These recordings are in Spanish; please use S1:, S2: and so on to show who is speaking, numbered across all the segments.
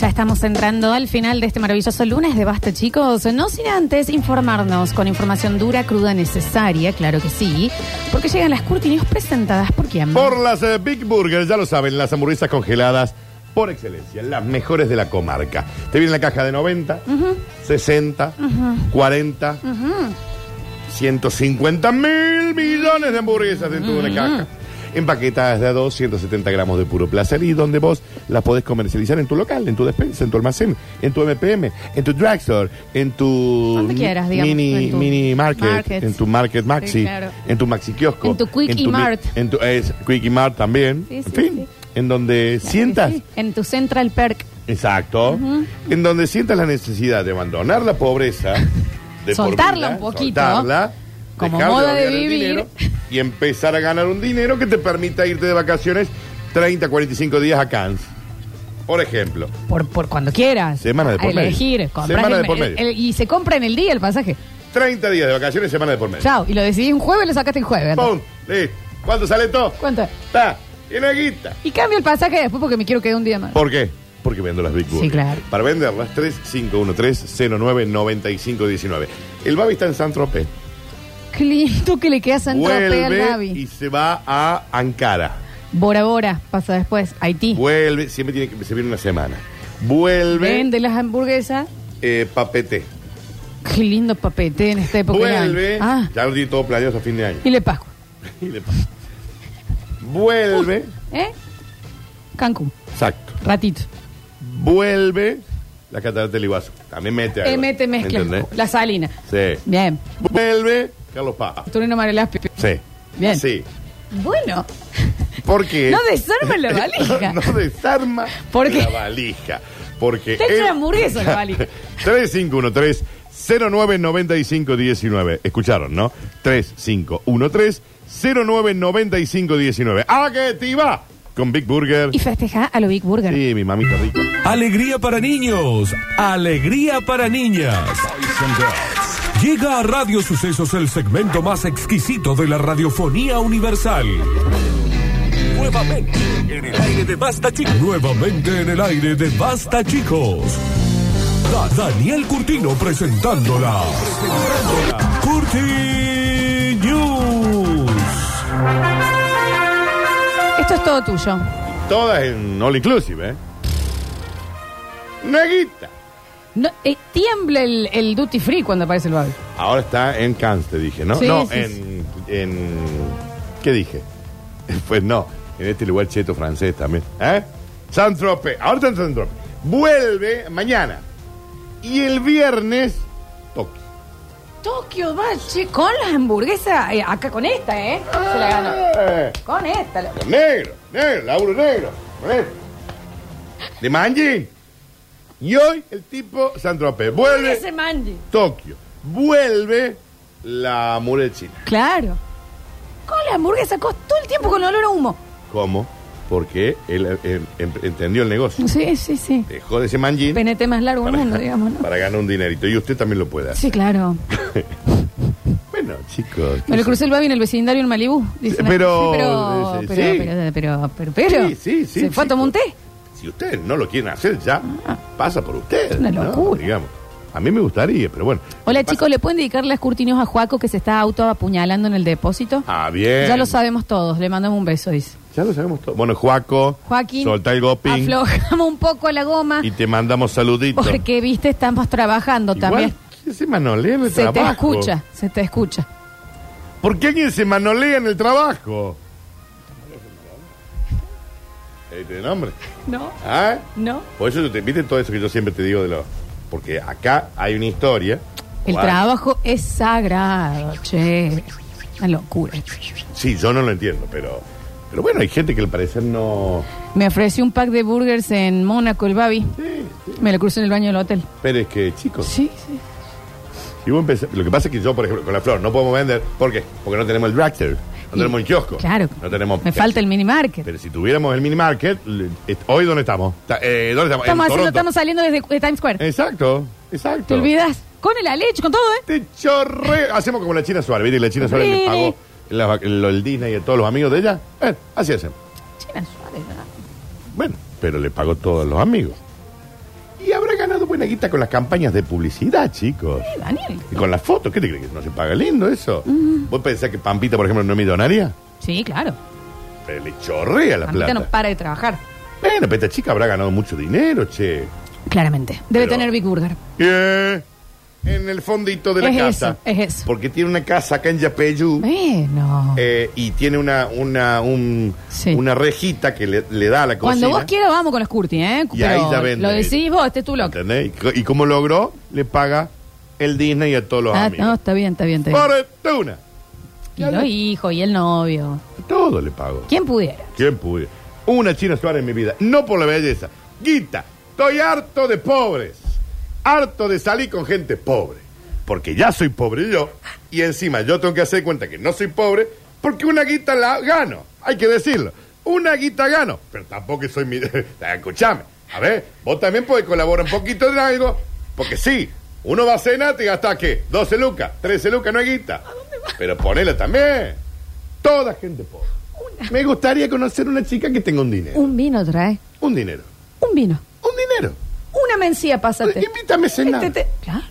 S1: ya estamos entrando al final de este maravilloso lunes de Basta, chicos. No sin antes informarnos con información dura, cruda, necesaria, claro que sí, porque llegan las curtinios presentadas por quién.
S2: Por las eh, Big Burgers, ya lo saben, las hamburguesas congeladas por excelencia, las mejores de la comarca. Te viene la caja de 90, 60, 40, 150 mil millones de hamburguesas dentro de una caja. Empaquetadas de a 2, 170 gramos de puro placer y donde vos las podés comercializar en tu local, en tu despensa, en tu almacén, en tu MPM, en tu drugstore, en tu
S1: Donde quieras, digamos,
S2: mini,
S1: en tu
S2: mini market,
S1: market.
S2: en tu market maxi,
S1: claro.
S2: en tu maxi kiosco,
S1: En tu Quick y
S2: mi-
S1: Mart.
S2: en tu es, Quick y Mart también,
S1: Sí, sí,
S2: en fin,
S1: sí.
S2: en donde sientas
S1: En tu Central Perk.
S2: Exacto. En donde sientas la necesidad de abandonar la pobreza, de por
S1: Soltarla
S2: vida,
S1: un poquito,
S2: soltarla,
S1: como
S2: dejar
S1: modo de
S2: ahorrar el
S1: vivir.
S2: dinero y empezar a ganar un dinero que te permita irte de vacaciones 30, 45 días a Cannes. Por ejemplo,
S1: Por, por cuando quieras.
S2: Semana de por
S1: A
S2: medio.
S1: Elegir, comprar
S2: Semana
S1: el-
S2: de por medio. Eh.
S1: el- el- y se compra en el día el pasaje.
S2: 30 días de vacaciones, semana de por medio.
S1: Chao. Y lo decidís un jueves y lo sacaste el jueves.
S2: ¡Pum! Listo. ¿Cuánto sale todo?
S1: ¿Cuánto?
S2: Está. Tiene guita.
S1: Y cambio el pasaje después porque me quiero quedar un día más.
S2: ¿Por qué? Porque vendo las Big Burger.
S1: Sí, claro.
S2: Para venderlas, 3513-099519. El Babi está en San Tropez.
S1: Qué lindo que le queda San Tropez al
S2: Vuelve
S1: Gaby.
S2: y se va a Ankara.
S1: Bora Bora pasa después. Haití.
S2: Vuelve, siempre tiene que se viene una semana. Vuelve
S1: Vende las hamburguesas.
S2: eh, Papete.
S1: Qué lindo papete en esta época. del año.
S2: Vuelve,
S1: Ah,
S2: ya lo tiene todo planeado a fin de año.
S1: y le Pascua.
S2: Y le pasa. Vuelve,
S1: ¿Eh? Cancún.
S2: exacto.
S1: Ratito.
S2: Vuelve la catarata del Iguazú. También mete algo.
S1: Eh, mete mezcla.
S2: ¿Entendés?
S1: La salina.
S2: Sí.
S1: Bien.
S2: Vuelve Carlos Paz.
S1: Turino Marelaspi.
S2: Sí.
S1: Bien.
S2: Sí.
S1: Bueno.
S2: Porque
S1: No desarma la valija.
S2: no, desarma
S1: ¿Por qué?
S2: la valija. Porque
S1: Te echa la hamburguesa en la valija.
S2: 3513 099519. Escucharon, ¿no? 3513 099519. ¡Ah, que te iba! Con Big Burger.
S1: Y festeja a lo Big Burger.
S2: Sí, mi mamita rica.
S3: Alegría para niños, alegría para niñas. Llega a Radio Sucesos el segmento más exquisito de la radiofonía universal. Nuevamente en el aire de Basta Chicos. Nuevamente en el aire de Basta Chicos. Da- Daniel Curtino presentándola. Curti News.
S1: Esto es todo tuyo.
S2: Todas en All Inclusive, ¿eh? Neguita.
S1: No, eh, tiembla el, el duty free cuando aparece el Babi.
S2: Ahora está en Cannes, te dije, ¿no?
S1: Sí,
S2: no,
S1: sí,
S2: en, en. ¿Qué dije? Pues no, en este lugar cheto francés también. ¿Eh? Saint-Tropez. Ahora está en Saint-Tropez. Vuelve mañana. Y el viernes, Tokio.
S1: Tokio va, che, con las hamburguesas. eh, acá con esta, ¿eh? Se la ganó.
S2: Eh,
S1: Con esta. la-
S2: Negro, negro, laburo negro. negro. De Manjin. Y hoy el tipo Saint-Tropez. Vuelve
S1: Ese manji.
S2: Tokio. Vuelve la muralla de china.
S1: Claro. Con la hamburguesa, cos- todo el tiempo con olor a humo.
S2: ¿Cómo? Porque él eh, em- entendió el negocio.
S1: Sí, sí, sí.
S2: Dejó de ese manjín
S1: Penete más largo del mundo, digamos, ¿no?
S2: para ganar un dinerito. Y usted también lo puede hacer.
S1: Sí, claro.
S2: Bueno, chicos.
S1: Me lo crucé el Babi en el vecindario en Malibú. dice
S2: Sí,
S1: una-
S2: pero-
S1: Sí, pero,
S2: sí,
S1: pero,
S2: sí.
S1: pero, pero, pero, pero.
S2: Sí, sí, sí,
S1: Se fue a tomar un
S2: chicos.
S1: té. Ah.
S2: Si ustedes no lo quieren hacer ya, pasa por ustedes.
S1: Una
S2: ¿no?
S1: locura.
S2: Digamos. A mí me gustaría, pero bueno.
S1: Hola,
S2: Pasa-
S1: chicos, ¿le pueden dedicar las curtinios a Juaco que se está auto apuñalando en el depósito?
S2: Ah, bien.
S1: Ya lo sabemos todos. Le mandamos un beso, dice.
S2: Ya lo sabemos todo. Bueno, Juaco.
S1: Joaquín.
S2: Solta el goping.
S1: Aflojamos un poco la goma.
S2: Y te mandamos saluditos.
S1: Porque, viste, estamos trabajando
S2: Igual,
S1: también.
S2: ¿Quién se manolea en el
S1: Se te
S2: trabajo?
S1: escucha, se te escucha.
S2: ¿Por qué alguien se manolea en el trabajo? Eh, ¿Tiene nombre?
S1: No,
S2: ¿Ah?
S1: no.
S2: Por eso yo te invito en todo eso que yo siempre te digo de lo. Porque acá hay una historia.
S1: El
S2: Guau.
S1: trabajo es sagrado, che. Una locura.
S2: Sí, yo no lo entiendo, pero. Pero bueno, hay gente que al parecer no.
S1: Me ofreció un pack de burgers en Mónaco, el Babi.
S2: Sí, sí.
S1: Me lo crucé en el baño del hotel.
S2: Pero es que, chicos,
S1: Sí, sí.
S2: si vos empezás- Lo que pasa es que yo, por ejemplo, con la flor no podemos vender. ¿Por qué? Porque no tenemos el dragster, no
S1: Y-
S2: tenemos el kiosco.
S1: Claro.
S2: No tenemos.
S1: Me falta el mini market.
S2: Pero si tuviéramos el mini market, le- est- hoy ¿dónde estamos? Ta- eh, ¿Dónde
S1: estamos
S2: estamos? En
S1: haciendo,
S2: Toronto.
S1: estamos saliendo desde de Times Square.
S2: Exacto, exacto.
S1: ¿Te olvidas? Con el leche, con todo, ¿eh?
S2: Te chorre. Hacemos como la China Suárez, ¿viste? Que La China Suárez
S1: Sí.
S2: le pagó la vac- lo- el Disney y a todos los amigos de ella. Bueno, así hacemos.
S1: China Suárez, ¿no?
S2: Bueno, pero le pagó todos los amigos. buena guita con las campañas de publicidad, chicos.
S1: Sí, Daniel.
S2: Y con las fotos, ¿qué te crees? que ¿No se paga lindo eso?
S1: Mm.
S2: ¿Vos pensás que Pampita, por ejemplo, no es millonaria?
S1: Sí, claro.
S2: Pero le chorrea la
S1: Pampita
S2: plata.
S1: no para de trabajar.
S2: Bueno, pero esta chica habrá ganado mucho dinero, che.
S1: Claramente. Debe
S2: Pero-
S1: tener Big Burger.
S2: ¿Qué? En el fondito de la
S1: Es
S2: casa.
S1: eso, es eso.
S2: Porque tiene una casa acá en Yapeyú.
S1: Bueno.
S2: eh, y tiene una una un-
S1: Sí.
S2: una rejita que le, le da a la cocina.
S1: Cuando vos quieras vamos con los curtis, ¿eh?
S2: Y ahí ya vende.
S1: Lo decís vos, este es tu blog.
S2: ¿Entendés? Y co- ¿Y cómo logró? Le paga el Disney a todos los
S1: Ah, no,
S2: amigos.
S1: está bien, está bien, está bien.
S2: ¡Fortuna!
S1: Y los hijos y el novio.
S2: Todo le pago.
S1: ¿Quién pudiera?
S2: ¿Quién pude? Una China Suárez en mi vida. No por la belleza. Guita, estoy harto de pobres. Harto de salir con gente pobre. Porque ya soy pobre yo. Y encima yo tengo que hacer cuenta que no soy pobre. Porque una guita la gano. Hay que decirlo. Una guita gano. Pero tampoco soy mi. Escuchame. A ver, vos también podés colaborar un poquito en algo. Porque sí, uno va a cenar, te gastás ¿qué? 12 lucas, 13 lucas, no hay guita. Pero ponela también. Toda gente pobre. Me gustaría conocer una chica que tenga un dinero.
S1: Un vino trae.
S2: Un dinero.
S1: Un vino.
S2: Un dinero.
S1: Una mencía, pásate.
S2: Invítame a cenar.
S1: Este te- Claro.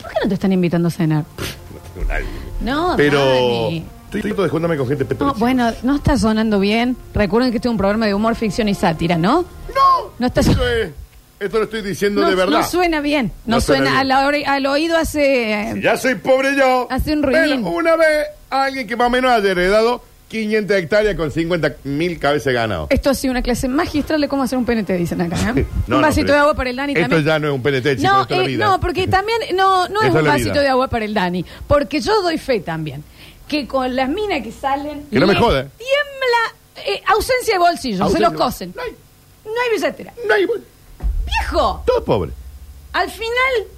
S1: ¿Por qué no te están invitando a cenar?
S2: No tengo nadie.
S1: No,
S2: Pero
S1: Dani.
S2: estoy todo de juntarme con gente
S1: No,
S2: petrolera.
S1: Oh, bueno, no está sonando bien. Recuerden que este es un programa de humor, ficción y sátira, ¿no?
S2: No.
S1: No estás-
S2: Esto, es- esto lo estoy diciendo de verdad.
S1: no suena bien. No,
S2: No suena
S1: suena,
S2: bien.
S1: a la ore- al oído hace... eh,
S2: Ya soy pobre yo.
S1: Hace un
S2: Pero
S1: ruidín.
S2: una vez alguien que más o menos haya heredado 500 hectáreas con 50 mil cabezas ganados.
S1: Esto ha sido una clase magistral de cómo hacer un PNT, dicen acá. ¿eh?
S2: No,
S1: un
S2: no,
S1: vasito
S2: pero
S1: de agua para el Dani
S2: esto
S1: también.
S2: ya no es un PNT, chicos,
S1: no,
S2: esto es la
S1: eh,
S2: vida.
S1: no, porque también no, no es
S2: Esto es
S1: un
S2: la
S1: vasito
S2: vida.
S1: de agua para el Dani. Porque yo doy fe también. Que con las minas que salen.
S2: Que no me
S1: le-
S2: joda.
S1: Tiembla. eh, ausencia de bolsillo.
S2: Ausencia
S1: se los
S2: de-
S1: cosen.
S2: No hay.
S1: No hay billetera.
S2: No hay-
S1: ¡Viejo!
S2: Todo pobre.
S1: Al final.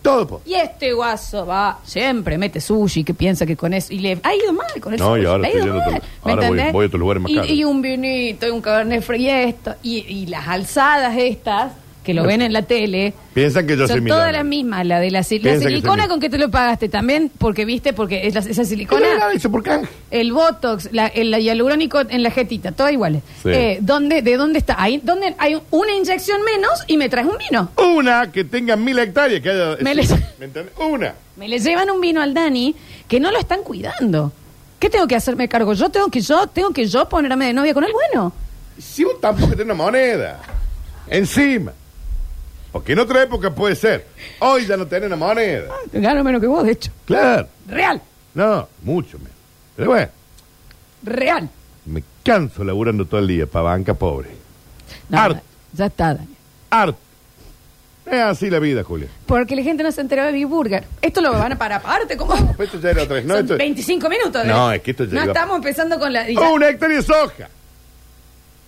S2: Todo pobre.
S1: Y este guaso va, siempre mete sushi, que piensa que con eso. Y le ha ido mal con eso.
S2: No, y ahora estoy yendo a otro- ahora voy- voy a otro lugar más
S1: y,
S2: caro.
S1: y un vinito, y un cabernet frío, y esto. Y, y las alzadas estas, que lo ven en la tele.
S2: Piensan que yo
S1: son
S2: soy
S1: todas
S2: millonario.
S1: las mismas. La de la, si- la
S2: Piensa que soy
S1: silicona
S2: mi-
S1: con que te lo pagaste también, porque viste, porque es la- esa silicona.
S2: Eso por canje.
S1: El botox, la, el hialurónico en la jetita, todas iguales.
S2: Sí.
S1: Eh, ¿dónde, ¿De dónde está? Ahí, ¿dónde hay una inyección menos y me traes un vino?
S2: Una que tenga mil hectáreas. Que haya,
S1: Me les-
S2: ¿Me entendés? Una.
S1: Me le llevan un vino al Dani que no lo están cuidando. ¿Qué tengo que hacerme cargo? Yo tengo que yo tengo que yo ponerme de novia con él. Bueno,
S2: Si vos tampoco tenés una moneda encima. Porque en otra época puede ser. Hoy ya no tenés una moneda.
S1: gano menos que vos, de hecho.
S2: Claro.
S1: Real,
S2: No, mucho menos. Pero bueno,
S1: real.
S2: me canso laburando todo el día para banca pobre.
S1: No,
S2: Art.
S1: ya está, Dani.
S2: Arte. Es así la vida, Julia.
S1: Porque la gente no se enteró de Big Burger. Esto lo van a parar aparte, ¿cómo?
S2: Pero Esto ya era otra vez. No,
S1: Son
S2: esto-
S1: 25 minutos. de-
S2: No, es que esto ya
S1: No
S2: iba- Oh.
S1: estamos empezando con la... y ya-
S2: Una hectárea de soja.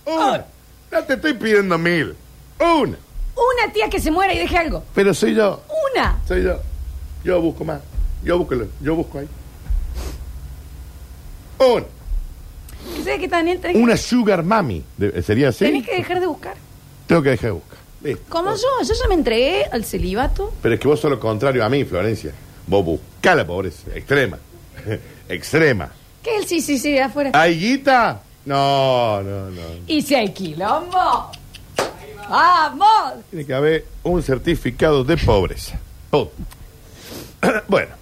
S2: Una.
S1: Ahora.
S2: No te estoy pidiendo mil. Una.
S1: Una tía que se muera y deje algo.
S2: Pero soy yo.
S1: Una.
S2: Soy yo. Yo busco más. Yo busco, lo- yo busco ahí. Una.
S1: ¿Sabes qué, Daniel? Tenés,
S2: Una sugar mami. De- ¿Sería así?
S1: tenés que dejar de buscar.
S2: Tengo que dejar de buscar. Listo.
S1: Como yo, yo ya me entregué al celibato.
S2: Pero es que vos sos lo contrario a mí, Florencia. Vos buscá la pobreza. Extrema. Extrema.
S1: ¿Qué es el sí, sí, sí, de afuera?
S2: ¿Hay guita? No, no, no.
S1: Y si hay quilombo. ¡Vamos!
S2: Tiene que haber un certificado de pobreza. Punto. bueno.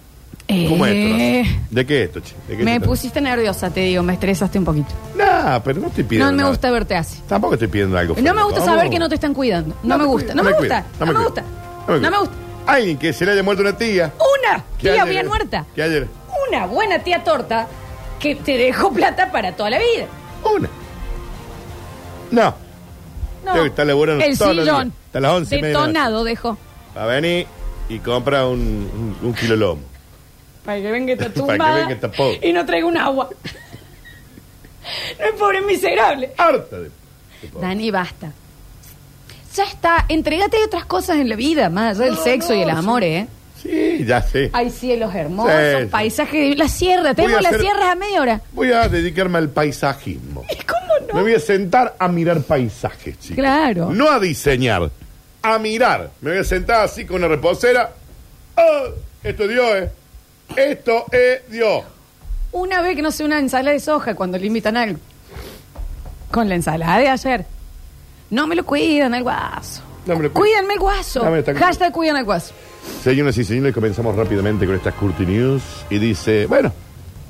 S2: ¿Cómo es esto?
S1: Eh.
S2: Nancy? ¿De qué es esto, che? ¿De qué
S1: Me
S2: se trata?
S1: pusiste nerviosa, te digo, me estresaste un poquito.
S2: Nah, pero no estoy pidiendo.
S1: No me
S2: nada.
S1: gusta verte así.
S2: Tampoco estoy pidiendo algo.
S1: No me
S2: fuera,
S1: gusta
S2: ¿no?
S1: saber que no te están cuidando. No, me gusta,
S2: cuido,
S1: no me
S2: cuido,
S1: gusta, no me
S2: cuido,
S1: gusta.
S2: cuido.
S1: No me gusta.
S2: Alguien que se le haya muerto una tía.
S1: Una
S2: que
S1: tía
S2: haya-
S1: bien muerta.
S2: Que ayer.
S1: Una buena tía torta que te dejó plata para toda la vida.
S2: Una. No.
S1: No.
S2: Creo que está laburando
S1: El
S2: todos los días.
S1: sillón.
S2: Hasta las 11 y media de la noche.
S1: Detonado dejó.
S2: Va a venir y compra un, un, un kilo de lomo.
S1: Para que venga esta
S2: Para que
S1: tumba.
S2: venga esta pobre.
S1: Y no traiga un agua. no es pobre, es miserable.
S2: Harta de. de pobre.
S1: Dani, basta. Ya está, entregate de otras cosas en la vida, más allá del sexo y el amor, ¿eh?
S2: Sí, ya sé.
S1: Hay cielos hermosos,
S2: Sí, sí.
S1: paisajes de la sierra, tenemos
S2: a
S1: las
S2: hacer-
S1: sierras a media hora.
S2: Voy a dedicarme al paisajismo.
S1: ¿Y cómo no?
S2: Me voy a sentar a mirar paisajes, chicos.
S1: Claro.
S2: No a diseñar, a mirar. Me voy a sentar así con una reposera. ¡Ah! Esto es Dios, ¿eh? Esto es Dios.
S1: Una vez que no sé una ensalada de soja cuando le invitan algo. Con la ensalada de ayer. No me lo cuidan al guaso.
S2: No me lo cu-
S1: Cuídenme el guaso.
S2: Ah, me está-
S1: Hashtag cuiden al guaso.
S2: Señoras y señores, comenzamos rápidamente con estas Curti News. Y dice, bueno,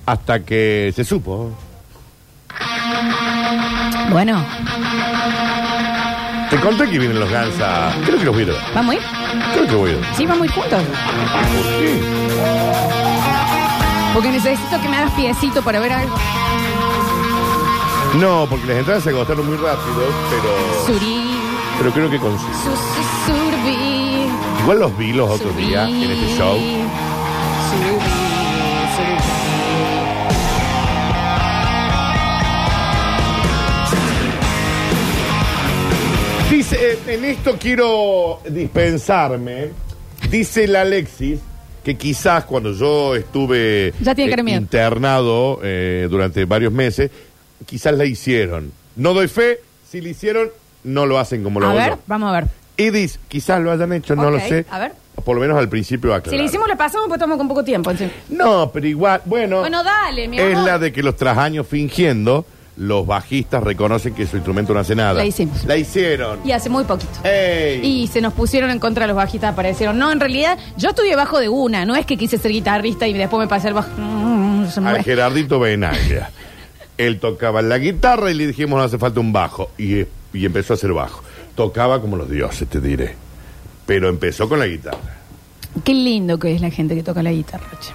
S2: hasta que se supo.
S1: Bueno,
S2: Te conté que vienen los Gansa. Creo que los vieron.
S1: ¿vamos a ir?
S2: Creo que voy a ir.
S1: Sí, vamos a ir juntos.
S2: Sí.
S1: Porque necesito que me hagas piecito para ver algo.
S2: No, porque las entradas se agotaron muy rápido, pero.
S1: Surí,
S2: Pero creo que consigo.
S1: su, su, surbí,
S2: Igual los vi los otros
S1: surbí,
S2: días en este show.
S1: surbí, surbí.
S2: Dice, eh, en esto quiero dispensarme. Dice el Alexis que quizás cuando yo estuve
S1: Ya tiene
S2: eh,
S1: cara mía.
S2: internado eh, durante varios meses, quizás la hicieron. No doy fe, si la hicieron, no lo hacen como lo
S1: A
S2: hago
S1: ver,
S2: yo.
S1: vamos a ver.
S2: Edis, quizás lo hayan hecho, no
S1: Ok,
S2: lo sé.
S1: a ver.
S2: Por lo menos al principio aclarar.
S1: Si le hicimos, la pasamos, pues estamos con poco tiempo. encima.
S2: No, pero igual, bueno.
S1: Bueno, dale, mi
S2: Es
S1: amor.
S2: la de que los tras años fingiendo, los bajistas reconocen que su instrumento no hace nada.
S1: La hicimos.
S2: La hicieron.
S1: Y hace muy poquito.
S2: ¡Ey!
S1: Y se nos pusieron en contra los bajistas, aparecieron. No, en realidad, yo estuve bajo de una. No es que quise ser guitarrista y después me pasé al bajo. Mm, se me-
S2: Al Gerardito Benaglia. Él tocaba la guitarra y le dijimos, no hace falta un bajo. Y, y empezó a hacer bajo. Tocaba como los dioses, te diré. Pero empezó con la guitarra.
S1: Qué lindo que es la gente que toca la guitarra. che.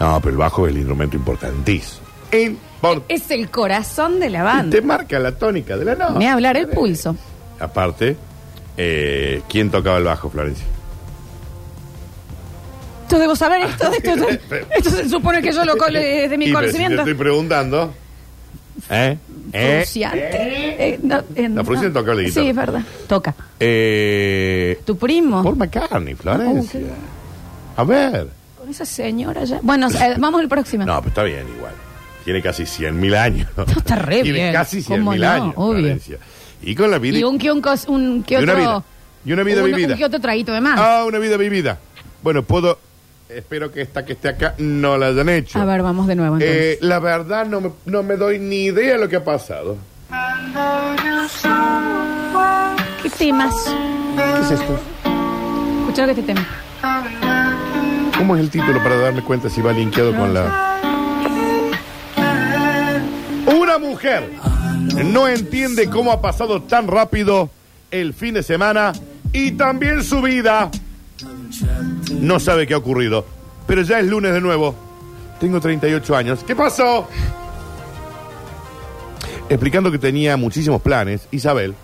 S2: No, pero el bajo es el instrumento importantísimo. Importante.
S1: Es el corazón de la banda.
S2: Te marca la tónica de la noche.
S1: Eh, Me va a hablar el pulso.
S2: Aparte, eh, ¿quién tocaba el bajo, Florencia?
S1: Yo debo saber esto. Esto, esto- esto se supone que yo lo colo eh, de mi
S2: Y, pero si
S1: conocimiento.
S2: te estoy preguntando. ¿Eh? ¿Eh?
S1: Fruciante. Eh, no, eh,
S2: No, Fruciante toca la guitarra.
S1: Sí, es verdad. Toca.
S2: Eh,
S1: Tu primo.
S2: Paul McCartney, Florencia. A ver.
S1: Con esa señora ya. Bueno, eh, vamos al próximo.
S2: No, pero está bien igual. Tiene casi 100.000 años.
S1: está re
S2: Tiene
S1: bien.
S2: casi
S1: ¿Cómo
S2: 100.000
S1: no?
S2: años,
S1: Obvio.
S2: Florencia. Y con la vida...
S1: Y un que un cos- un que
S2: y una
S1: otro-
S2: vida. Y una vida
S1: un-
S2: vivida.
S1: Un que otro traguito de más.
S2: Ah, una vida vivida. Bueno, puedo... Espero que esta que esté acá no la hayan hecho.
S1: A ver, vamos de nuevo
S2: Eh,
S1: entonces.
S2: la verdad no me, no me doy ni idea de lo que ha pasado.
S1: ¿Qué temas?
S2: ¿Qué es esto?
S1: Escuchar este tema.
S2: ¿Cómo es el título para darme cuenta si va linkeado con la... Una mujer no entiende cómo ha pasado tan rápido el fin de semana y también su vida. No sabe qué ha ocurrido, pero ya es lunes de nuevo. Tengo 38 años. ¿Qué pasó? Explicando que tenía muchísimos planes, Isabel,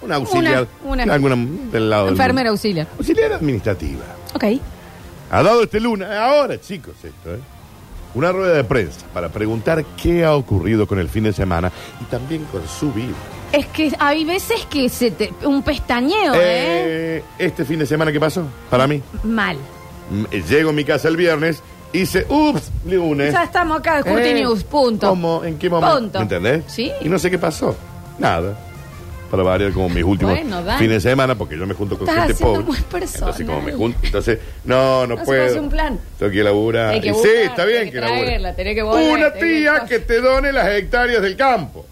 S2: una auxiliar,
S1: Una- una-
S2: alguna del lado del
S1: Enfermera
S2: mundo.
S1: auxiliar.
S2: auxiliar administrativa.
S1: Ok.
S2: Ha dado este lunes, ahora chicos, esto, ¿eh? Una rueda de prensa para preguntar qué ha ocurrido con el fin de semana y también con su vida.
S1: Es que hay veces que se te. un pestañeo, ¿eh?
S2: Eh, este fin de semana, ¿qué pasó? Para mí.
S1: Mal.
S2: Mm, eh, Llego a mi casa el viernes, hice, ups, lunes.
S1: Ya estamos acá, Curti
S2: Eh,
S1: News, punto.
S2: ¿Cómo? ¿En qué momento?
S1: Punto.
S2: ¿Me entendés?
S1: Sí.
S2: Y no sé qué pasó. Nada. Para variar como mis últimos
S1: Bueno, Dani.
S2: fines de semana, porque yo me junto con
S1: Estás
S2: gente
S1: haciendo
S2: pobre.
S1: muy personal.
S2: Entonces, como me junto, entonces, no, no,
S1: No se
S2: puedo.
S1: hace un plan.
S2: Tengo que laburar.
S1: Hay que
S2: Ah, Y
S1: buscar,
S2: sí, está bien
S1: tenés
S2: que,
S1: que
S2: labure.
S1: traerla, tenés que volver,
S2: Una
S1: tenés
S2: tía
S1: cosas.
S2: que te done las hectáreas del campo.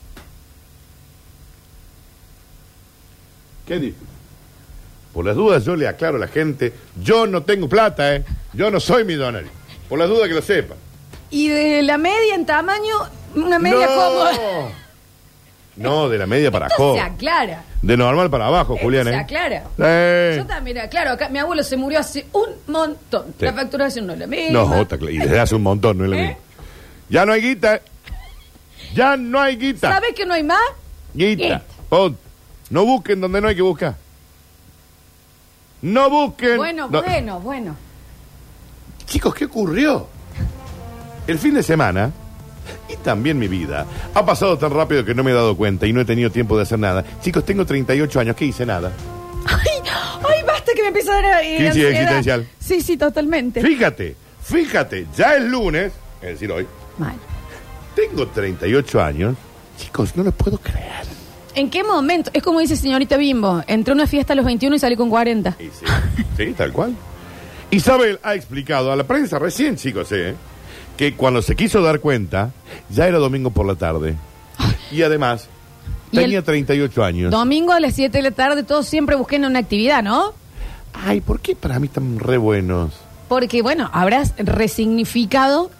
S2: ¿Qué dices? Por las dudas yo le aclaro a la gente, yo no tengo plata, ¿eh? Yo no soy millonario. Por las dudas que lo sepan.
S1: Y de la media en tamaño, una media
S2: no.
S1: cómoda.
S2: No, de la media para
S1: Esto se
S2: abajo.
S1: aclara.
S2: De normal para abajo, Julián,
S1: Se
S2: ¿eh?
S1: aclara.
S2: Sí.
S1: Yo también aclaro, acá mi abuelo se murió hace un montón.
S2: Sí.
S1: La facturación no es la misma.
S2: No, otra, cla- y desde hace un montón, no es lo
S1: ¿Eh?
S2: mismo. Ya no hay guita. Ya no hay guita.
S1: ¿Sabes que no hay más?
S2: Guita.
S1: Guita.
S2: Punto. No busquen donde no hay que buscar. Eh, No busquen.
S1: Bueno,
S2: do-
S1: bueno, bueno.
S2: Chicos, ¿qué ocurrió? El fin de semana y también mi vida ha pasado tan rápido que no me he dado cuenta y no he tenido tiempo de hacer nada. Chicos, tengo 38 años, ¿qué hice? Nada.
S1: Ay, ay, basta que me empieza a dar eh,
S2: Crisis
S1: ansiedad.
S2: existencial.
S1: Sí, sí, totalmente.
S2: Fíjate, fíjate, ya es lunes, es decir, hoy,
S1: Mal.
S2: tengo 38 años. Chicos, no lo puedo creer.
S1: ¿En qué momento? Es como dice señorita Bimbo, entré a una fiesta a los 21 y salí con 40.
S2: Y sí, sí, tal cual. Isabel ha explicado a la prensa recién, chicos, eh, que cuando se quiso dar cuenta, ya era domingo por la tarde. Y además,
S1: Y
S2: Tenía
S1: el
S2: 38 años.
S1: domingo a las 7 de la tarde todos siempre busquen una actividad, ¿no?
S2: Ay, ¿por qué para mí tan re buenos?
S1: Porque, bueno, habrás resignificado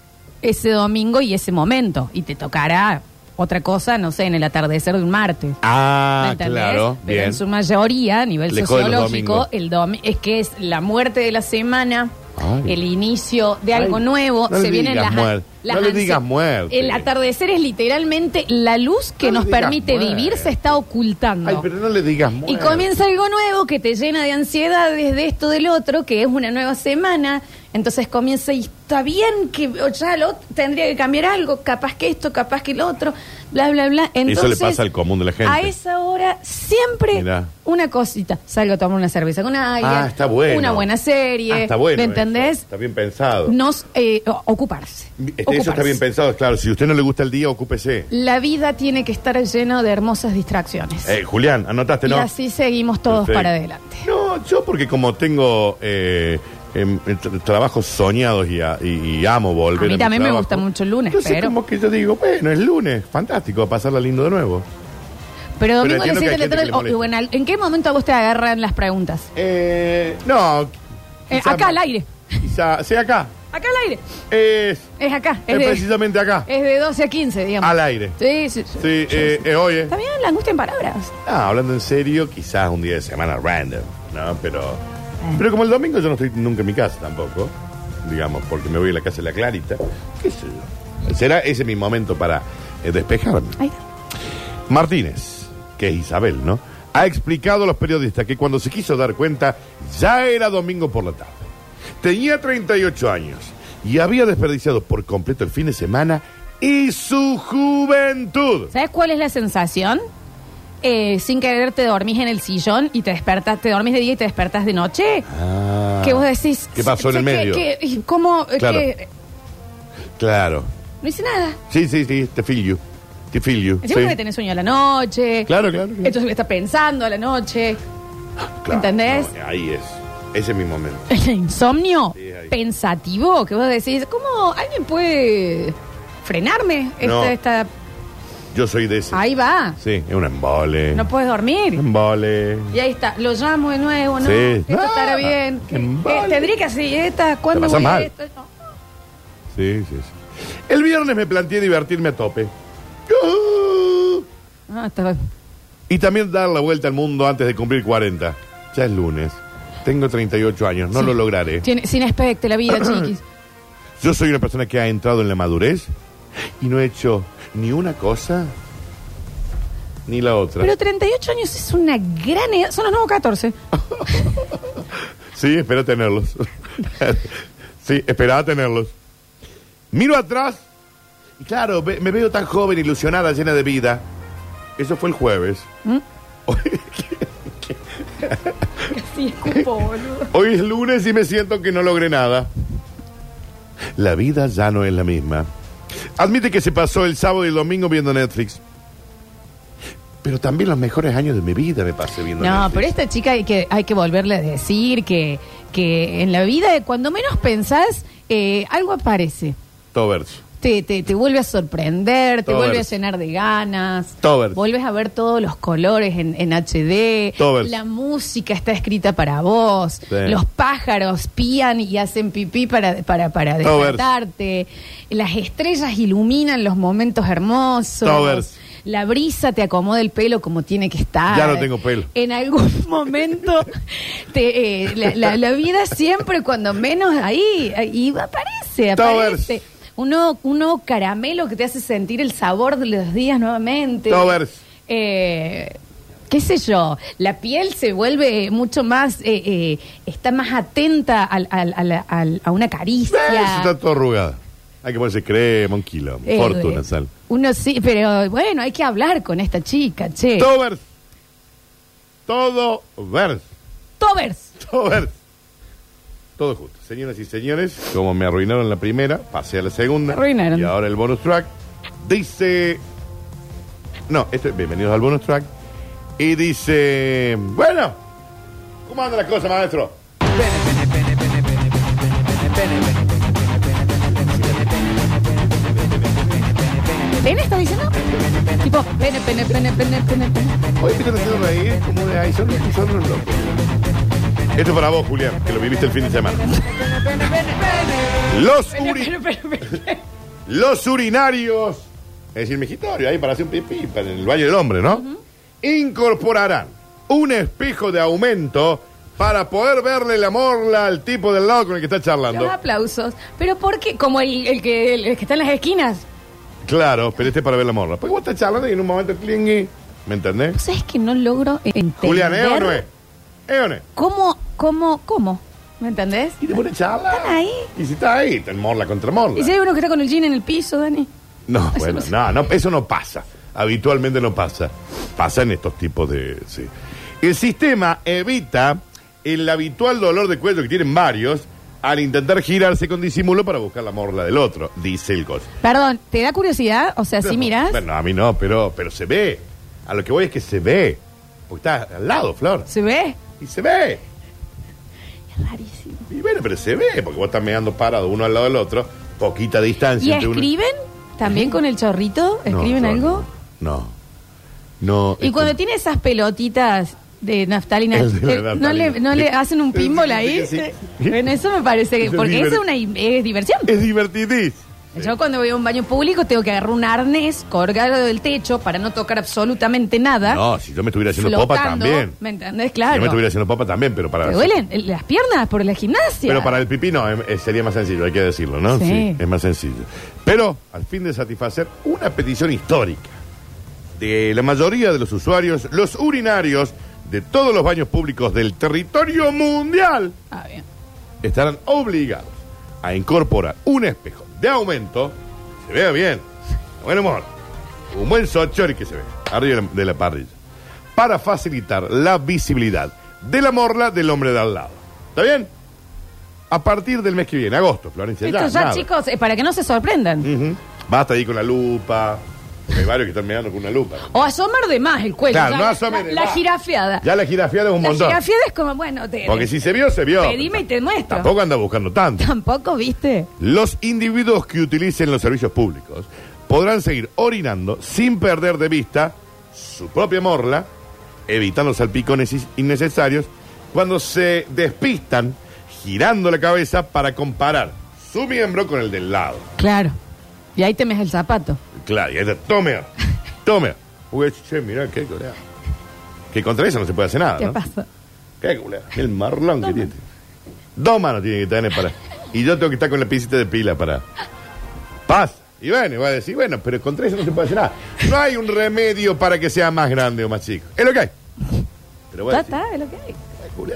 S1: ese domingo y ese momento. Y te tocará otra cosa, no sé, en el atardecer de un martes. ¿Me
S2: Ah,
S1: entendés?
S2: claro.
S1: Pero
S2: Bien.
S1: en su mayoría, a nivel
S2: Le jode los
S1: sociológico,
S2: domingos.
S1: el domi- es que es la muerte de la semana,
S2: Ay.
S1: el inicio de
S2: Ay,
S1: algo nuevo.
S2: no
S1: se
S2: le
S1: vienen
S2: digas
S1: las,
S2: muer-
S1: las
S2: no le
S1: ansi-
S2: digas muerte.
S1: El atardecer es literalmente la luz que
S2: No le
S1: nos
S2: digas
S1: permite
S2: muerte.
S1: vivir, se está ocultando.
S2: Ay, pero no le digas
S1: Y
S2: muerto.
S1: comienza algo nuevo que te llena de ansiedad desde esto del otro, que es una nueva semana. Entonces comienza y está bien que o ya lo, tendría que cambiar algo, capaz que esto, capaz que lo otro, bla, bla, bla. Entonces,
S2: Eso le pasa al común de la gente.
S1: A esa hora siempre
S2: Mirá.
S1: una cosita. Salgo a tomar una cerveza con alguien.
S2: Ah, está bueno.
S1: Una buena serie.
S2: Ah, está bueno.
S1: ¿Me
S2: eso.
S1: entendés?
S2: Está bien pensado.
S1: Nos eh, o- ocuparse.
S2: Este, Eso está
S1: Ocuparse.
S2: bien pensado, claro. Si a usted no le gusta el día, ocúpese.
S1: La vida tiene que estar llena de hermosas distracciones.
S2: Eh, Julián, anotaste,
S1: y
S2: ¿no?
S1: así seguimos todos
S2: Perfecto.
S1: para adelante.
S2: No, yo porque como tengo eh, em, tra- trabajos soñados y, a- y- y amo volver.
S1: A mí
S2: mi
S1: también me
S2: trabajo,
S1: gusta mucho el lunes,
S2: entonces
S1: pero-
S2: como que yo digo, bueno, es lunes, fantástico, a pasarla lindo de nuevo.
S1: Pero domingo a
S2: Pero
S1: las
S2: entiendo
S1: 7
S2: que
S1: de
S2: hay
S1: la tarde.
S2: gente que le
S1: o- Oh, bueno, ¿En qué momento a vos te agarran las preguntas?
S2: Eh, no.
S1: Eh,
S2: quizá-
S1: acá al aire.
S2: Quizá, sí, acá.
S1: Acá al aire.
S2: Es,
S1: Es acá.
S2: es
S1: Es, de,
S2: precisamente acá.
S1: es de 12 a 15, digamos.
S2: Al aire.
S1: Sí, sí, sí.
S2: Sí, eh, eh, oye.
S1: Está bien, la angustia en palabras.
S2: Ah, hablando en serio, quizás un día de semana random, ¿no? Pero,
S1: Eh.
S2: pero como el domingo yo no estoy nunca en mi casa tampoco, digamos, porque me voy a la casa de la Clarita, qué sé yo. Será ese mi momento para eh, despejarme.
S1: Ahí está.
S2: Martínez, que es Isabel, ¿no? Ha explicado a los periodistas que cuando se quiso dar cuenta, ya era domingo por la tarde. Tenía 38 años y había desperdiciado por completo el fin de semana y su juventud.
S1: ¿Sabes cuál es la sensación? Eh, sin querer te dormís en el sillón y te despertas, te dormís de día y te despertas de noche.
S2: Ah,
S1: Que vos decís.
S2: ¿Qué pasó en
S1: "Che,
S2: el
S1: ¿qué-
S2: medio?
S1: qué- y ¿Cómo? eh,
S2: Claro.
S1: qué?
S2: Claro.
S1: no hice nada.
S2: Sí, sí, sí, te feel you. Te feel you.
S1: Siempre
S2: sí.
S1: que tenés sueño a la noche.
S2: Claro, claro. claro.
S1: Entonces está pensando a la noche.
S2: Claro,
S1: ¿entendés?
S2: no, ahí es. Ese es mi momento.
S1: El insomnio
S2: Sí, ahí.
S1: pensativo que vos decís, ¿cómo alguien puede frenarme? Esta,
S2: No.
S1: esta-
S2: Yo soy de ese.
S1: Ahí va,
S2: Sí, es un embole.
S1: no puedes dormir.
S2: Un embole.
S1: Y ahí está, lo llamo de nuevo, ¿no?
S2: Sí.
S1: Esto
S2: Ah,
S1: estará bien.
S2: qué
S1: Eh,
S2: embole.
S1: tendría que hacer esta, ¿cuándo
S2: pasás
S1: voy a
S2: mal.
S1: esto? No.
S2: Sí, sí, sí. El viernes me planteé divertirme a tope. ¡Yujú!
S1: Ah, está bien.
S2: Y también dar la vuelta al mundo antes de cumplir 40. Ya es lunes. Tengo 38 años, no
S1: Sí.
S2: lo lograré.
S1: Tiene- sin aspecto la vida, chiquis.
S2: Yo soy una persona que ha entrado en la madurez y no he hecho ni una cosa ni la otra.
S1: Pero 38 años es una gran edad. Son los nuevos 14.
S2: Sí, espero tenerlos. sí, esperaba tenerlos. Miro atrás y claro, ve- me veo tan joven, ilusionada, llena de vida. Eso fue el jueves.
S1: ¿Mm?
S2: Hoy,
S1: Sí, escupo, boludo.
S2: hoy es lunes y me siento que no logré nada. La vida ya no es la misma. Admite que se pasó el sábado y el domingo viendo Netflix. Pero también los mejores años de mi vida me pasé viendo
S1: No,
S2: Netflix.
S1: pero este esta chica hay que, hay que volverle a decir que, que en la vida, cuando menos pensás, eh, algo aparece.
S2: Todo verso.
S1: Te, te, te vuelve a sorprender, te
S2: Todo
S1: vuelve a
S2: verso.
S1: llenar de ganas.
S2: Todo verso.
S1: Vuelves a ver todos los colores en, en HD.
S2: Todo verso.
S1: La música está escrita para vos. Los pájaros pían y hacen pipí para, para, para
S2: Todo verso.
S1: despertarte. Las estrellas iluminan los momentos hermosos.
S2: Todo verso.
S1: La brisa te acomoda el pelo como tiene que estar.
S2: Ya no tengo pelo.
S1: En algún momento te, eh, la, la- la vida siempre, cuando menos ahí, y aparece, aparece.
S2: Towers.
S1: Un nuevo, un nuevo caramelo que te hace sentir el sabor de los días nuevamente.
S2: Towers.
S1: Eh, qué sé yo, la piel se vuelve mucho más, eh, eh, está más atenta al- al- al- al- a una caricia.
S2: Eh, eso está todo arrugada. Hay que ponerse crema, un kilo.
S1: Eh,
S2: Fortuna, sal.
S1: Uno sí, pero bueno, hay que hablar con esta chica, che.
S2: Todo verso. Todo verso.
S1: Tobers.
S2: Todo verso. Todo justo. Señoras y señores, como me arruinaron la primera, pasé a la segunda.
S1: Me arruinaron.
S2: Y ahora el bonus track dice. No, esto es bienvenidos al bonus track. Y dice. Bueno, ¿cómo anda la cosa, maestro?
S1: pene estás diciendo? Tipo, pene, pene, pene, pene, pene, pene.
S2: Hoy te están haciendo reír como de ahí, son los son los locos. Esto es para vos, Julián, que lo viviste el fin de semana. Los,
S1: Pene, pene,
S2: uri-
S1: pene, pene.
S2: los urinarios, es decir, migitorio, ahí para hacer un pipí, para el baño del hombre, ¿no? Incorporarán un espejo de aumento para poder verle la morla al tipo del lado con el que está charlando.
S1: Los aplausos. Pero ¿por qué? Como el, el que, el que está en las esquinas.
S2: Claro, pero este es para ver la morla. Porque vos estás charlando y en un momento clingy, ¿me entendés?
S1: ¿Sabes que no logro entender?
S2: Julián, ¿eh o no es? ¿Eh o no es?
S1: ¿Cómo, cómo, cómo? ¿Me entendés?
S2: Y te pone a charlar.
S1: Están ahí.
S2: Y si está ahí, está en morla contra morla.
S1: ¿Y si hay uno que está con el jean en el piso, Dani?
S2: No,
S1: Eso
S2: bueno,
S1: no se-
S2: no, no, eso no pasa. Habitualmente no pasa. Pasa en estos tipos de. sí. El sistema evita el habitual dolor de cuello que tienen varios al intentar girarse con disimulo para buscar la morla del otro, dice el gol.
S1: Perdón, ¿te da curiosidad? O sea, si
S2: Pero,
S1: miras.
S2: Bueno, a mí no, pero, pero se ve. A lo que voy es que se ve. Porque está al lado, Flor.
S1: ¿Se ve?
S2: Y se ve.
S1: Es rarísimo.
S2: Y bueno, pero se ve, porque vos estás meando parado uno al lado del otro, poquita distancia
S1: ¿Y
S2: entre uno-
S1: escriben? ¿También con el chorrito?
S2: No,
S1: ¿Escriben
S2: Flor,
S1: algo?
S2: No. No.
S1: Y
S2: esto-
S1: cuando tiene esas pelotitas de naftalina,
S2: El de la
S1: eh, ¿no,
S2: naftalina.
S1: le, ¿no le hacen un
S2: Sí,
S1: pinball
S2: sí,
S1: ahí?
S2: sí, sí.
S1: Bueno, eso me parece que.
S2: Eso es
S1: Porque
S2: divert-
S1: eso es, una, es diversión.
S2: Es divertidís.
S1: Yo cuando voy a un baño público tengo que agarrar un arnés, colgarlo del techo para no tocar absolutamente nada.
S2: No, si yo me estuviera haciendo popa
S1: flotando,
S2: también.
S1: ¿Me entendés?
S2: Yo
S1: Claro.
S2: me estuviera haciendo popa también, pero para.
S1: ¿Te duelen el- las piernas por la gimnasia?
S2: Pero para el pipí no, em- eh, sería más sencillo, hay que decirlo, ¿no?
S1: Sí.
S2: es más sencillo. Pero, al fin de satisfacer una petición histórica de la mayoría de los usuarios, los urinarios de todos los baños públicos del territorio mundial
S1: Ah, bien.
S2: estarán obligados a incorporar un espejo de aumento, se vea bien, de buen humor, un buen sochori que se ve, arriba de la- de la parrilla, para facilitar la visibilidad de la morla del hombre de al lado. ¿Está bien? A partir del mes que viene, agosto, Florencia.
S1: Esto ya,
S2: nada. Mm.
S1: chicos, eh, para que no se sorprendan.
S2: Ujú. Basta ahí con la lupa. Hay varios que están mirando con una lupa.
S1: O asomar de más el cuello.
S2: Claro,
S1: ya,
S2: no asomen
S1: la,
S2: de
S1: la
S2: más.
S1: jirafeada.
S2: Ya la jirafiada es un
S1: la
S2: montón.
S1: jirafiada es como, bueno, te,
S2: Porque si se vio, se vio.
S1: pedime y te muestro.
S2: Tampoco anda buscando tanto.
S1: Tampoco, ¿viste?
S2: Los individuos que utilicen los servicios públicos podrán seguir orinando sin perder de vista su propia morla, evitando salpicones is- innecesarios, cuando se despistan girando la cabeza para comparar su miembro con el del lado.
S1: Claro. Y ahí temes el zapato.
S2: Claro, y ahí está, tome, tome. Uy, che, mirá, qué culea. Que contra eso no se puede hacer nada,
S1: ¿Qué
S2: ¿no?
S1: pasa?
S2: Qué culea, el marlón que tiene. Dos manos tiene que tener para. Y yo tengo que estar con la pisita de pila para. Paz. Y bueno, y va a decir, bueno, pero contra eso no se puede hacer nada. No hay un remedio para que sea más grande o más chico. Es lo que hay.
S1: Ya
S2: Pero bueno,
S1: está, es lo que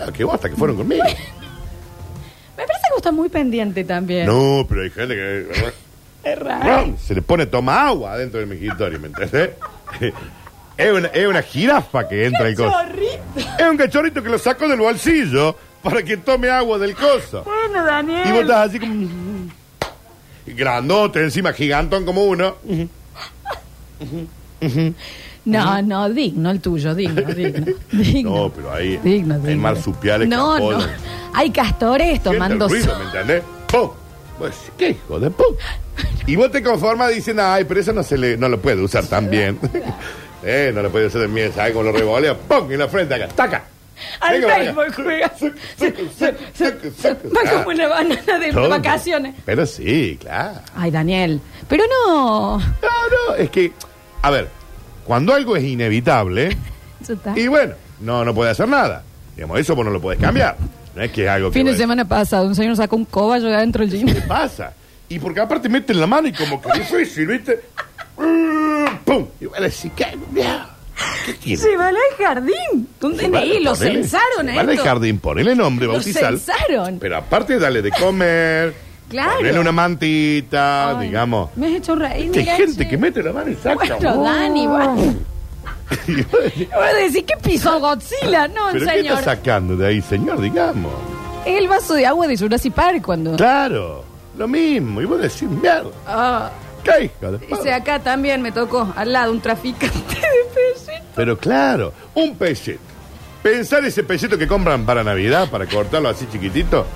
S1: hay.
S2: que bosta que fueron conmigo.
S1: Me parece que vos estás muy pendiente también.
S2: No, pero hay gente que.
S1: Es raro.
S2: Se le pone toma agua dentro del migitorio, ¿me entendés? Es una, es una jirafa que entra el coso.
S1: Chorrito.
S2: Es un cachorrito que lo sacó del bolsillo para que tome agua del coso.
S1: Bueno, Daniel.
S2: Y vos estás así como. Grandote, encima gigantón como uno.
S1: No, no, digno el tuyo, digno, digno. digno.
S2: No, pero ahí.
S1: Digno,
S2: Hay
S1: digno.
S2: marsupiales
S1: No,
S2: que
S1: no.
S2: apodan.
S1: Hay castores
S2: Siente el
S1: tomando
S2: ruido,
S1: sol.
S2: ¿me entendés? ¡Pum! Pues, ¿qué hijo de pum? Y vos te conformas diciendo, ay, pero eso no se le, no lo puede usar tan bien. eh, no lo puede usar de mierda, ¿sabes? Como lo revolea, ¡pum! En la frente acá, ¡taca!
S1: Al
S2: Venga, venga.
S1: béisbol juega. Se- se- se- se- se- Va como una banana de
S2: Ah. Todo.
S1: vacaciones.
S2: Pero sí, claro.
S1: Ay, Daniel. Pero no.
S2: No, no, es que, a ver, cuando algo es inevitable,
S1: Eso está.
S2: y bueno, no, no puede hacer nada. Digamos, eso vos no lo podés cambiar. No es que es algo que.
S1: Fin de
S2: vos-
S1: semana pasado, un señor sacó un cobayo de adentro del jean.
S2: ¿Qué pasa? Y porque aparte meten la mano y como que difícil, ¿viste? Mm, ¡Pum! Y bueno, así que. mira, ¿Qué tiene?
S1: Se va al jardín. Un DNI, lo
S2: Ponele-
S1: censaron a
S2: Llevarla al
S1: esto.
S2: jardín, ponele nombre,
S1: Lo
S2: bautizar.
S1: censaron.
S2: Pero aparte, dale de comer.
S1: Claro.
S2: Ponele una mantita,
S1: Ay,
S2: ah, digamos.
S1: Me has hecho reír.
S2: Hay
S1: mira,
S2: gente
S1: che.
S2: que mete la mano y saca.
S1: Bueno,
S2: ¡Oh!
S1: Dani, bueno.
S2: Y vos decís,
S1: Voy a decir que pisó Godzilla. No,
S2: ¿Pero qué
S1: señor.
S2: está sacando de ahí, señor? Digamos.
S1: Es el vaso de agua de Jurassic Park cuando.
S2: Claro, lo mismo. Y vos decís, mierda.
S1: Ah,
S2: ¿Qué hijo de
S1: dice
S2: padre?
S1: acá también me tocó al lado un traficante de peces.
S2: Pero claro, un pelleto. Pensar ese pelleto que compran para Navidad, para cortarlo así chiquitito.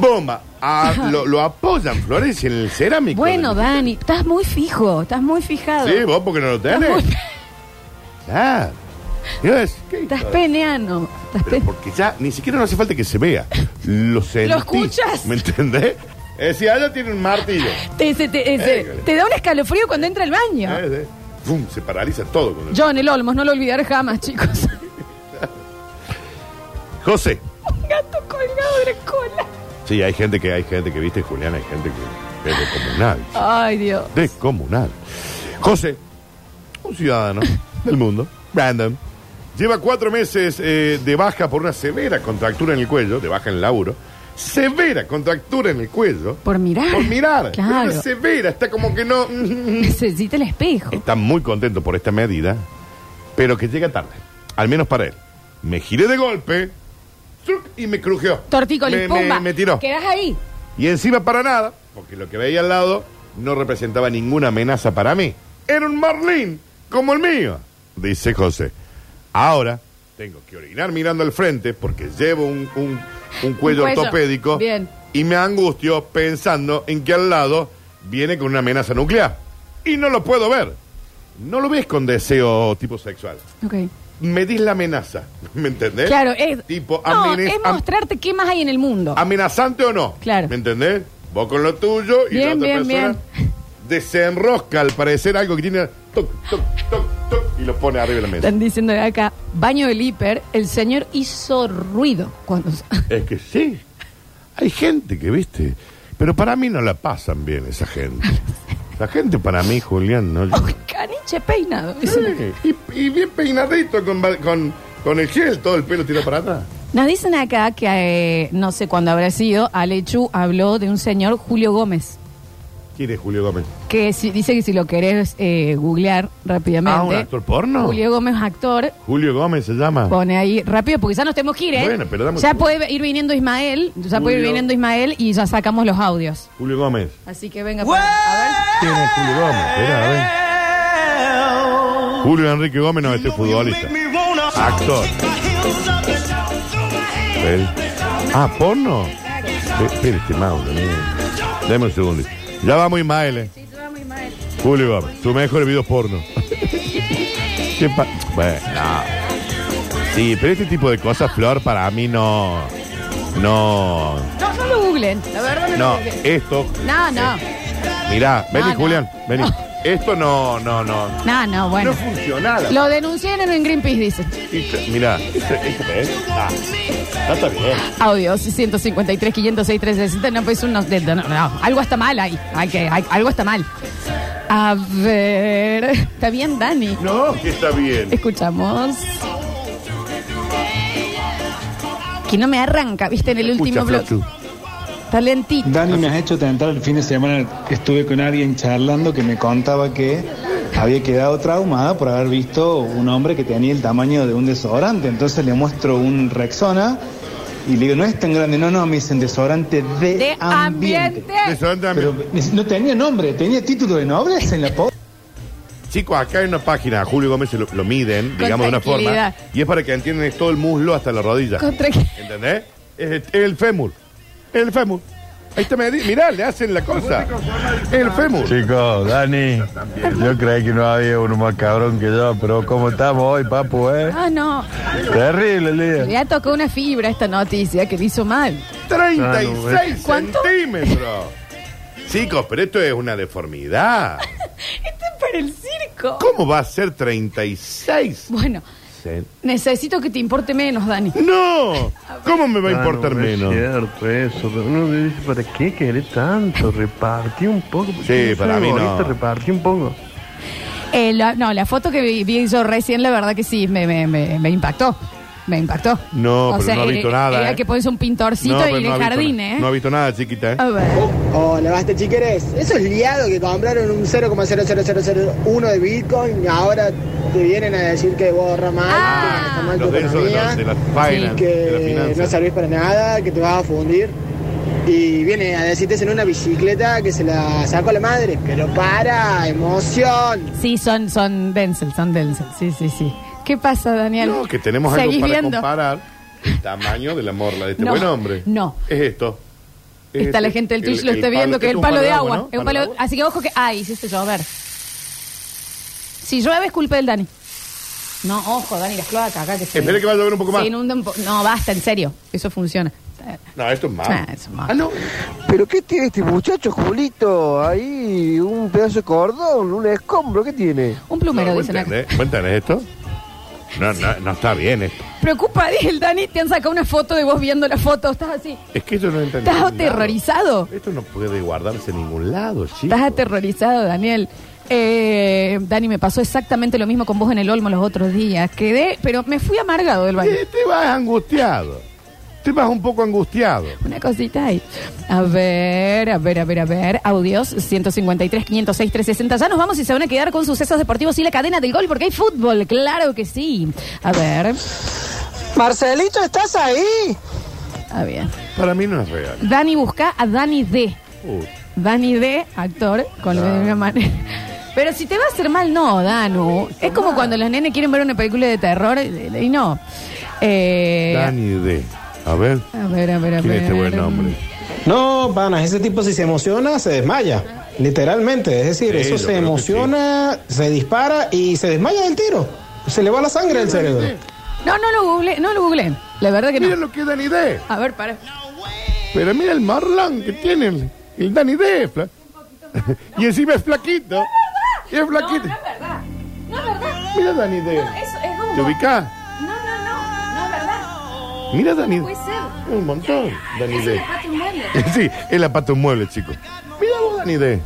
S2: Bomba. Ah, lo, lo apoyan, Flores, en el cerámico.
S1: Bueno,
S2: Del-
S1: Dani, estás muy fijo, estás muy fijado.
S2: Sí, vos porque no lo
S1: Estás
S2: tenés.
S1: muy-
S2: Claro. Dios, ¿qué
S1: Estás
S2: hijo de-
S1: peneando. Estás
S2: Pero
S1: pe-
S2: porque ya ni siquiera no hace falta que se vea. Lo sentí.
S1: escuchas?
S2: ¿Me entendés? Eh, si allá tiene un martillo.
S1: te, se- te- eh, se- te da un escalofrío cuando entra al baño.
S2: Eh, eh, pum, se paraliza todo con el-
S1: John, el Olmos, no lo olvidaré jamás, chicos.
S2: José.
S1: un gato colgado de la cola.
S2: Sí, hay gente que, hay gente que, viste, Julián, hay gente que es descomunal.
S1: Ay, Dios.
S2: Descomunal. José, un ciudadano del mundo, Brandon, lleva cuatro meses eh, de baja por una severa contractura en el cuello, de baja en el laburo, severa contractura en el cuello.
S1: Por mirar.
S2: Por mirar.
S1: Claro.
S2: Pero severa, está como que no.
S1: Necesita el espejo.
S2: Está muy contento por esta medida, pero que llega tarde. Al menos para él. Me giré de golpe ¡truc! y me crujió.
S1: Tortícolis,
S2: me, me-
S1: pumba.
S2: me tiró.
S1: Quedás ahí.
S2: Y encima para nada, porque lo que veía al lado no representaba ninguna amenaza para mí. Era un marlín, como el mío, dice José. Ahora tengo que orinar mirando al frente porque llevo un, un- un cuello,
S1: cuello.
S2: ortopédico
S1: Bien.
S2: y me angustio pensando en que al lado viene con una amenaza nuclear. Y no lo puedo ver. No lo ves con deseo tipo sexual.
S1: Ok.
S2: Medís la amenaza, ¿me entendés?
S1: Claro, es.
S2: Tipo,
S1: no,
S2: amenez-
S1: es
S2: am-
S1: mostrarte qué más hay en el mundo.
S2: ¿Amenazante o no?
S1: Claro.
S2: ¿Me entendés? Vos con lo tuyo y la
S1: Bien,
S2: otra
S1: bien,
S2: persona desenrosca al parecer algo que tiene toc, toc, toc, toc y lo pone arriba de la mesa.
S1: Están diciendo de acá, baño del hiper, el señor hizo ruido cuando.
S2: Es que sí. Hay gente que, viste, pero para mí no la pasan bien esa gente. La gente para mí, Julián, no...
S1: Oh, caniche peinado.
S2: Sí,
S1: dicen acá.
S2: y, y bien peinadito con, ba- con, con el gel, todo el pelo tirado para atrás.
S1: Nos dicen acá que eh, no sé cuándo habrá sido, Alechu habló de un señor Julio Gómez,
S2: ¿Quién es Julio Gómez?
S1: que si- dice que si lo querés eh, googlear rápidamente.
S2: Ah, ¿un actor porno?
S1: Julio Gómez, actor,
S2: Julio Gómez se llama.
S1: pone ahí rápido porque ya nos tenemos que ir, ¿eh?
S2: Bueno, pero dame un
S1: ya
S2: segundo.
S1: puede ir viniendo Ismael, ya puede ir
S2: Julio.
S1: viniendo Ismael y ya sacamos los audios.
S2: Julio Gómez.
S1: Así que venga, para- a ver.
S2: ¿Quién es Julio Gómez? Esperá, a ver. Julio Enrique Gómez no, este es futbolista. Actor. Él. Ah, porno. Eh, Espérate, Mauro. no. Dame un segundo. Ya vamos, Ismael. eh. Julio Gómez, tu mejor video porno. ¿Qué pa- bueno, no. Sí, pero este tipo de cosas, Flor, para mí no. No.
S1: No, no lo googlen, la verdad no, lo
S2: No,
S1: googlen.
S2: esto.
S1: No, no,
S2: Mirá, vení,
S1: No, no.
S2: Julián, vení. Esto no, no, no.
S1: no, no, bueno.
S2: No funciona.
S1: Lo denunciaron en Greenpeace, dice.
S2: Mira, ah, no está bien.
S1: Audio 153, 506, 360. No, pues unos. de- de- no, no, algo está mal ahí. Hay que, hay- algo está mal. A ver. Está bien, Dani.
S2: No, que está bien.
S1: Escuchamos. Que no me arranca, viste, en el último
S2: Escucha,
S1: bloque.
S2: Flochu.
S1: Está lentito.
S4: Dani, me has hecho tentar el fin de semana. Estuve con alguien charlando que me contaba que había quedado traumada por haber visto un hombre que tenía el tamaño de un desodorante. Entonces le muestro un Rexona y le digo, no es tan grande. No, no, me dicen desodorante de,
S1: De
S4: ambiente.
S1: ambiente.
S2: Eso
S4: Pero
S2: también.
S4: no tenía nombre, tenía título de nobleza en la po-
S2: Chicos, acá hay una página, a Julio Gómez se lo, lo miden,
S1: Con
S2: digamos de una forma,
S1: tranquilidad.
S2: y es para que entiendan es todo el muslo hasta la rodilla.
S1: Contra-
S2: ¿Entendés? Es el- el fémur. El fémur. Ahí está, medi- mirá, le hacen la cosa. El fémur.
S5: Chicos, Dani, yo creí que no había uno más cabrón que yo, pero ¿cómo estamos hoy, papu, eh?
S1: Ah, no.
S5: Terrible,
S1: Le
S5: Lía.
S1: ha tocado una fibra esta noticia que le hizo mal.
S2: 36
S1: Ah, ¿Cuánto?
S2: centímetros. Chicos, pero esto es una deformidad.
S1: Este es para el circo.
S2: ¿Cómo va a ser 36
S1: Bueno,
S2: centímetros?
S1: necesito que te importe menos, Dani.
S2: No, ¿cómo me va a importar
S6: Ah, no, no
S2: menos?
S6: Es cierto eso, pero uno dice, ¿para qué querés tanto? Repartí un poco. ¿por qué
S2: Sí,
S6: soy
S2: para mí no.
S6: egoísta? Repartí un poco.
S1: Eh, la- no, la foto que vi, vi yo recién, la verdad que sí, me, me, me, me impactó. Me impactó.
S2: No,
S1: O
S2: pero
S1: sea,
S2: no ha
S1: era-
S2: visto nada,
S1: Era
S2: eh.
S1: que pones un pintorcito
S2: pero
S1: y de
S2: ha visto
S1: jardín,
S2: nada.
S1: ¿eh?
S2: No ha visto nada, chiquita, ¿eh?
S1: A ver.
S7: Hola, basta chiqueres. Esos liados que compraron un 0,00001 de Bitcoin ahora te vienen a decir que borra mal,
S1: Ah.
S7: que maneja mal tu
S2: Los de esos de la,
S7: economía,
S2: de la finance, de la
S7: que no
S2: finanza.
S7: servís para nada, que te vas a fundir. Y viene a decirte eso en una bicicleta que se la sacó la madre. Pero para, emoción.
S1: Sí, son, son Denzel, son Denzel. Sí, sí, sí. ¿Qué pasa, Daniel?
S2: No, que tenemos algo
S1: ¿Seguís
S2: para
S1: viendo?
S2: comparar el tamaño de la morla de este
S1: No,
S2: buen hombre.
S1: no.
S2: Es este. esto.
S1: Está
S2: eh,
S1: la gente del Twitch, lo está viendo, que es el palo de agua. Es un palo- Así que ojo que. Ay, hiciste llover. Si llueve es culpa del Dani. No, ojo, Dani, las cloacas acá que se.
S2: Espera que va a llover un poco más.
S1: Se inunda un po- No, basta, en serio. Eso funciona.
S2: No, esto es malo.
S1: Ah, eso es malo.
S2: Ah, no.
S8: ¿Pero qué tiene este muchacho, Julito? Ahí un pedazo de cordón, un escombro, ¿qué tiene?
S1: Un plumero,
S2: No, ¿vos
S1: dicen acá.
S2: entendés? ¿Vos entendés esto? No, no, no está bien esto.
S1: Preocupa, el Dani, te han sacado una foto de vos viendo la foto. Estás así.
S2: Es que esto no es
S1: Estás aterrorizado.
S2: Esto no puede guardarse en ningún lado, chicos.
S1: Estás aterrorizado, Daniel. Eh, Dani, me pasó exactamente lo mismo con vos en el Olmo los otros días. Quedé, pero me fui amargado del baño.
S2: Eh, Te vas angustiado. Te vas un poco angustiado.
S1: Una cosita ahí. A ver, a ver, a ver, a ver. Audios 153, 506, 360. Ya nos vamos y se van a quedar con sucesos deportivos y la cadena del gol porque hay fútbol. Claro que sí. A ver.
S8: Marcelito, ¿estás ahí?
S1: A ver.
S2: Para mí no es real.
S1: Dani busca a Dani D.
S2: Uh,
S1: Dani D, actor, con la misma manera. Pero si te va a hacer mal, no, Danu. Es como cuando los nenes quieren ver una película de terror eh, y no. Eh,
S2: Dani D. A ver,
S1: A ver, a ver, a ver.
S2: ¿quién es este buen nombre?
S9: No, panas, ese tipo si se emociona se desmaya, literalmente. Es decir,
S2: Sí, yo
S9: eso se
S2: creo que
S9: emociona, se dispara y se desmaya del tiro. Se le va la sangre al cerebro.
S1: No, no lo googleen, no lo googleen. La verdad que
S2: Eh, Mira
S1: no.
S2: lo que es Dani D.
S1: A ver, para.
S2: Pero mira el marlán que tiene el, el Dani D. fla- y encima es flaquito. Y es flaquito.
S1: verdad. No es verdad.
S2: Mira Dani D.
S1: es
S2: ¿Te ubicás?
S1: No, no, no. No es verdad.
S2: Mira Dani D.
S1: puede ser.
S2: Es un montón, Dani D.
S1: mueble.
S2: Sí, es la pata un mueble, chicos. Mira vos, Dani D.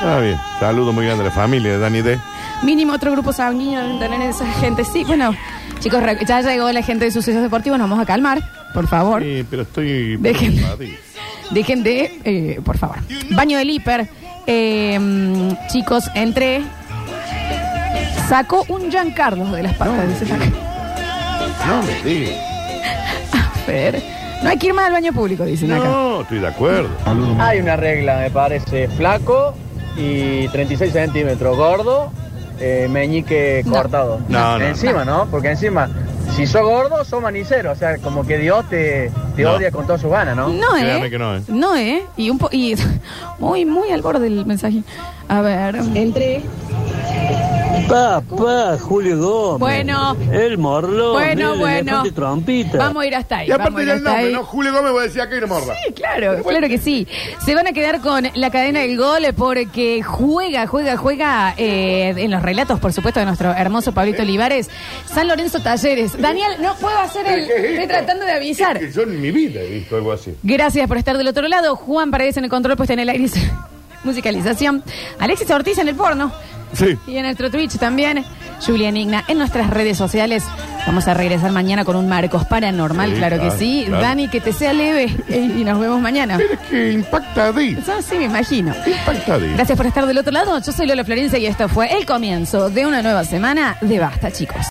S2: Ah, bien. Saludo muy grande a la familia de Dani D.
S1: Mínimo otro grupo sanguíneo deben tener esa gente. Sí, bueno, chicos, re- ya llegó la gente de sucesos deportivos, nos vamos a calmar, por favor.
S2: Sí, pero estoy.
S1: Dejen. Dejen de, eh, por favor. Baño del hiper. Eh, mm, chicos, entré. Sacó un Giancarlo de las patas, dice acá.
S2: No me digas.
S1: A ver. No hay que ir más al baño público, dicen acá.
S2: No, estoy de acuerdo.
S7: Hay una regla, me parece, flaco y 36 centímetros, gordo, eh, meñique
S1: No.
S7: cortado.
S2: No, no,
S7: Encima, ¿no? Porque encima, si sos gordo, sos manicero, o sea, como que Dios te, te
S2: No.
S7: odia con todas sus ganas, ¿no?
S1: No,
S2: Créame
S1: eh.
S2: que no, eh.
S1: No, eh. Y un po y muy, muy al borde del mensaje. A ver. Entré.
S8: Papá, Julio Gómez.
S1: Bueno.
S8: El morlo.
S1: Bueno, bueno. Vamos a ir hasta ahí.
S2: Y
S1: vamos a
S2: aparte
S1: ir
S2: del
S1: hasta
S2: nombre,
S1: ahí.
S2: ¿no? Julio Gómez va a decir acá y no morda.
S1: Sí, claro, claro que sí. Se van a quedar con la cadena del gol eh, porque juega, juega, juega eh, en los relatos, por supuesto, de nuestro hermoso Pablito Olivares. San Lorenzo Talleres. Daniel, no puedo hacer el.
S2: ¿Qué es
S1: Estoy
S2: esto?
S1: tratando de avisar.
S2: Es que yo en mi vida he visto algo así.
S1: Gracias por estar del otro lado. Juan Paredes en el control, puesta en el aire. Musicalización. Alexis Ortiz en el porno.
S2: Sí.
S1: Y en nuestro Twitch también. Julián Igna en nuestras redes sociales. Vamos a regresar mañana con un Marcos Paranormal,
S2: Sí,
S1: claro,
S2: claro,
S1: que sí.
S2: claro.
S1: Dani, que te sea leve. Y y nos vemos mañana.
S2: Pero es que impacta a ti.
S1: Eso sí, me imagino.
S2: Impacta a ti.
S1: Gracias por estar del otro lado. Yo soy Lola Florencia y esto fue el comienzo de una nueva semana de Basta, chicos.